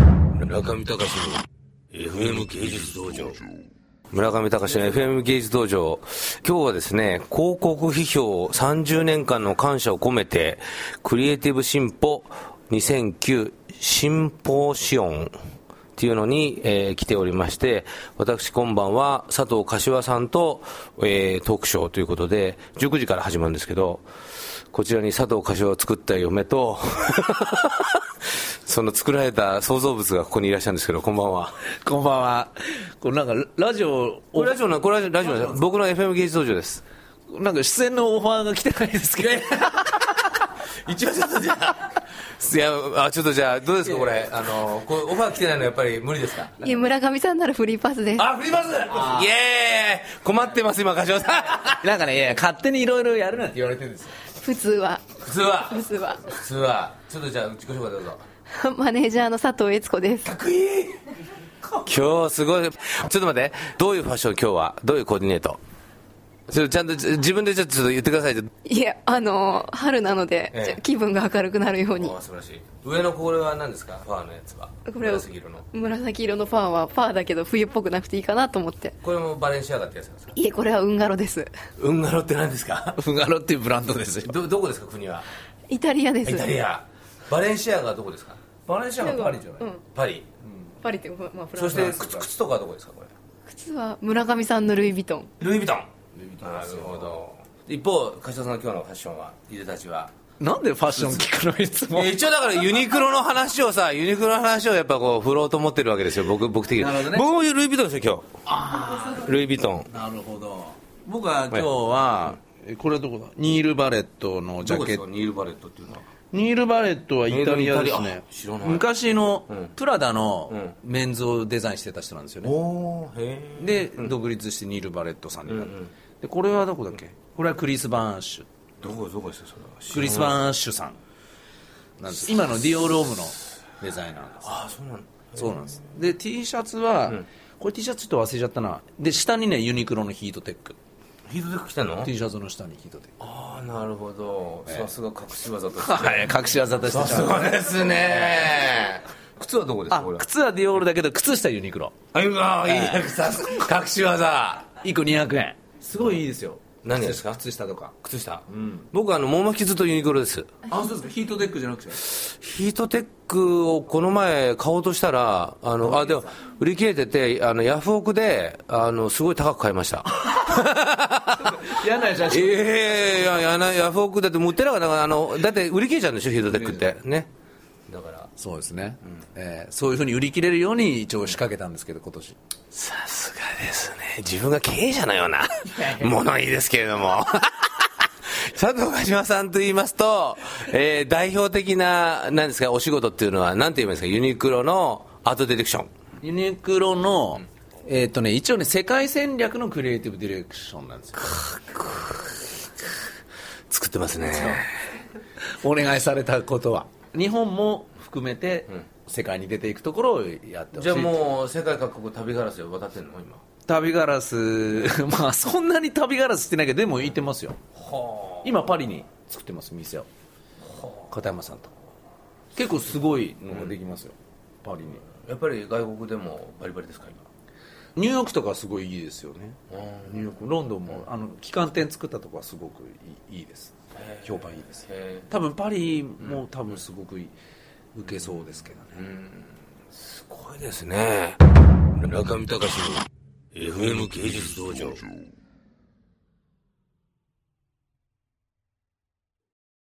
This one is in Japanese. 村上隆の FM 芸術道場村上隆の FM 芸術道場今日はですね広告批評30年間の感謝を込めてクリエイティブ進歩2009シンポシオンっていうのに、えー来ておりまして私今晩は佐藤柏さんと、えートークショーということで19時から始まるんですけどこちらに佐藤柏を作った嫁と その作られた創造物がここにいらっしゃるんですけどこんばんはこんばんは。こうなんかラジオこをれラジオなこれラジオラジオです僕の FM 芸術道場ですなんか出演のオファーが来てないですけど。一応ちょっとじゃあ いやあちょっとじゃあどうですかこれあのこれオファー来てないのやっぱり無理ですかいや村上さんならフリーパスです。あ振りますイエーイ困ってます今柏さんなんかねいやいや勝手にいろいろやるなんて言われてるんですよ。普通は普通は普通は 普通はちょっとじゃあ自己紹介どうぞマネージャーの佐藤悦子です。かっこいい今日すごいちょっと待ってどういうファッション今日はどういうコーディネートそれちゃんとじ自分でちょっとちょっと言ってくださいっていやあの春なので、ええじゃあ気分が明るくなるようにお。ー素晴らしい上のこれは何ですかファーのやつはこれを紫色の紫色のパーはパーだけど冬っぽくなくていいかなと思って。これもバレンシアガってやつなんですかいえこれはウンガロです。ウンガロって何ですかフガロっていうブランドですよ。どどこですか国はイタリアです。イタリアバレンシアガはどこですかバレンシアガパリじゃないうんパリパリってまあフラそンしス。て靴靴とかはどこですかこれ靴は村上さんのルイ・ヴィトン。ルイ・ヴィトンなるほど一方柏さんの今日のファッションはいでたちはなんでファッション聞くのいつも。一応だからユニクロの話をさユニクロの話をやっぱこう振ろうと思ってるわけですよ僕僕的に、なるほどね僕もルイ・ヴィトンですよ今日ルイ・ヴィトンなるほど。僕は今日は、えこれはどこだニール・バレットのジどャこケでッすトかニール・バレットっていうのはニール・バレットはイタリアですメイドイタリねアあ知らない昔のプラダのんメンズをデザインしてた人なんですよね、おーへえで独立してニール・バレットさんになって、でこれはどこだっけこれはクリス・バーンアッシュどこどこですかそれはクリス・バーンアッシュさんなんです今のディオール・オムのデザイナーですああそうなんだそうなんですで T シャツは、これ T シャツちょっと忘れちゃったなで下にねユニクロのヒートテックヒートテック来たの T シャツの下にヒートテックああなるほど、さすが隠し技としてはい隠し技としてちゃ んとそうですね靴はどこですかあこれ靴はディオールだけど靴下ユニクロあいあいいやさす隠し技1個200円すごいいいですよ何ですか靴下とか靴下、僕あの桃巻きずっとユニクロですあそうですかヒートテックじゃなくてヒートテックをこの前買おうとしたらあのあでも売り切れててあのヤフオクであのすごい高く買いました嫌な写え真えいやいやなヤフオクだって持ってなかったからあのだって売り切れちゃうんでしょヒートテックってねだからそうですね、えーそういうふうに売り切れるように一応仕掛けたんですけど今年さすがですね自分が経営者のよ うな物言いですけれども 佐藤鹿島さんと言いますと、えー代表的な何ですかお仕事っていうのは何て言いますかユニクロのアートディレクションユニクロの、えーっとね、一応ね世界戦略のクリエイティブディレクションなんですよ作ってますねお願いされたことは日本も含めて世界に出ていくところをやってほしいもう世界各国旅ガラスで渡ってんの今旅ガラス まあそんなに旅ガラスしてないけどでも行ってますよ今パリに作ってます店を片山さんと結構すごいのができますよ、パリにやっぱり外国でもバリバリですかニューヨークとかすごいいいですよねニューヨークロンドンも、あの旗艦店作ったとこはすごくいいいいです評判いいですへ多分パリも多分すごくいい受けそうですけどね、すごいですね村上隆の FM 芸術道場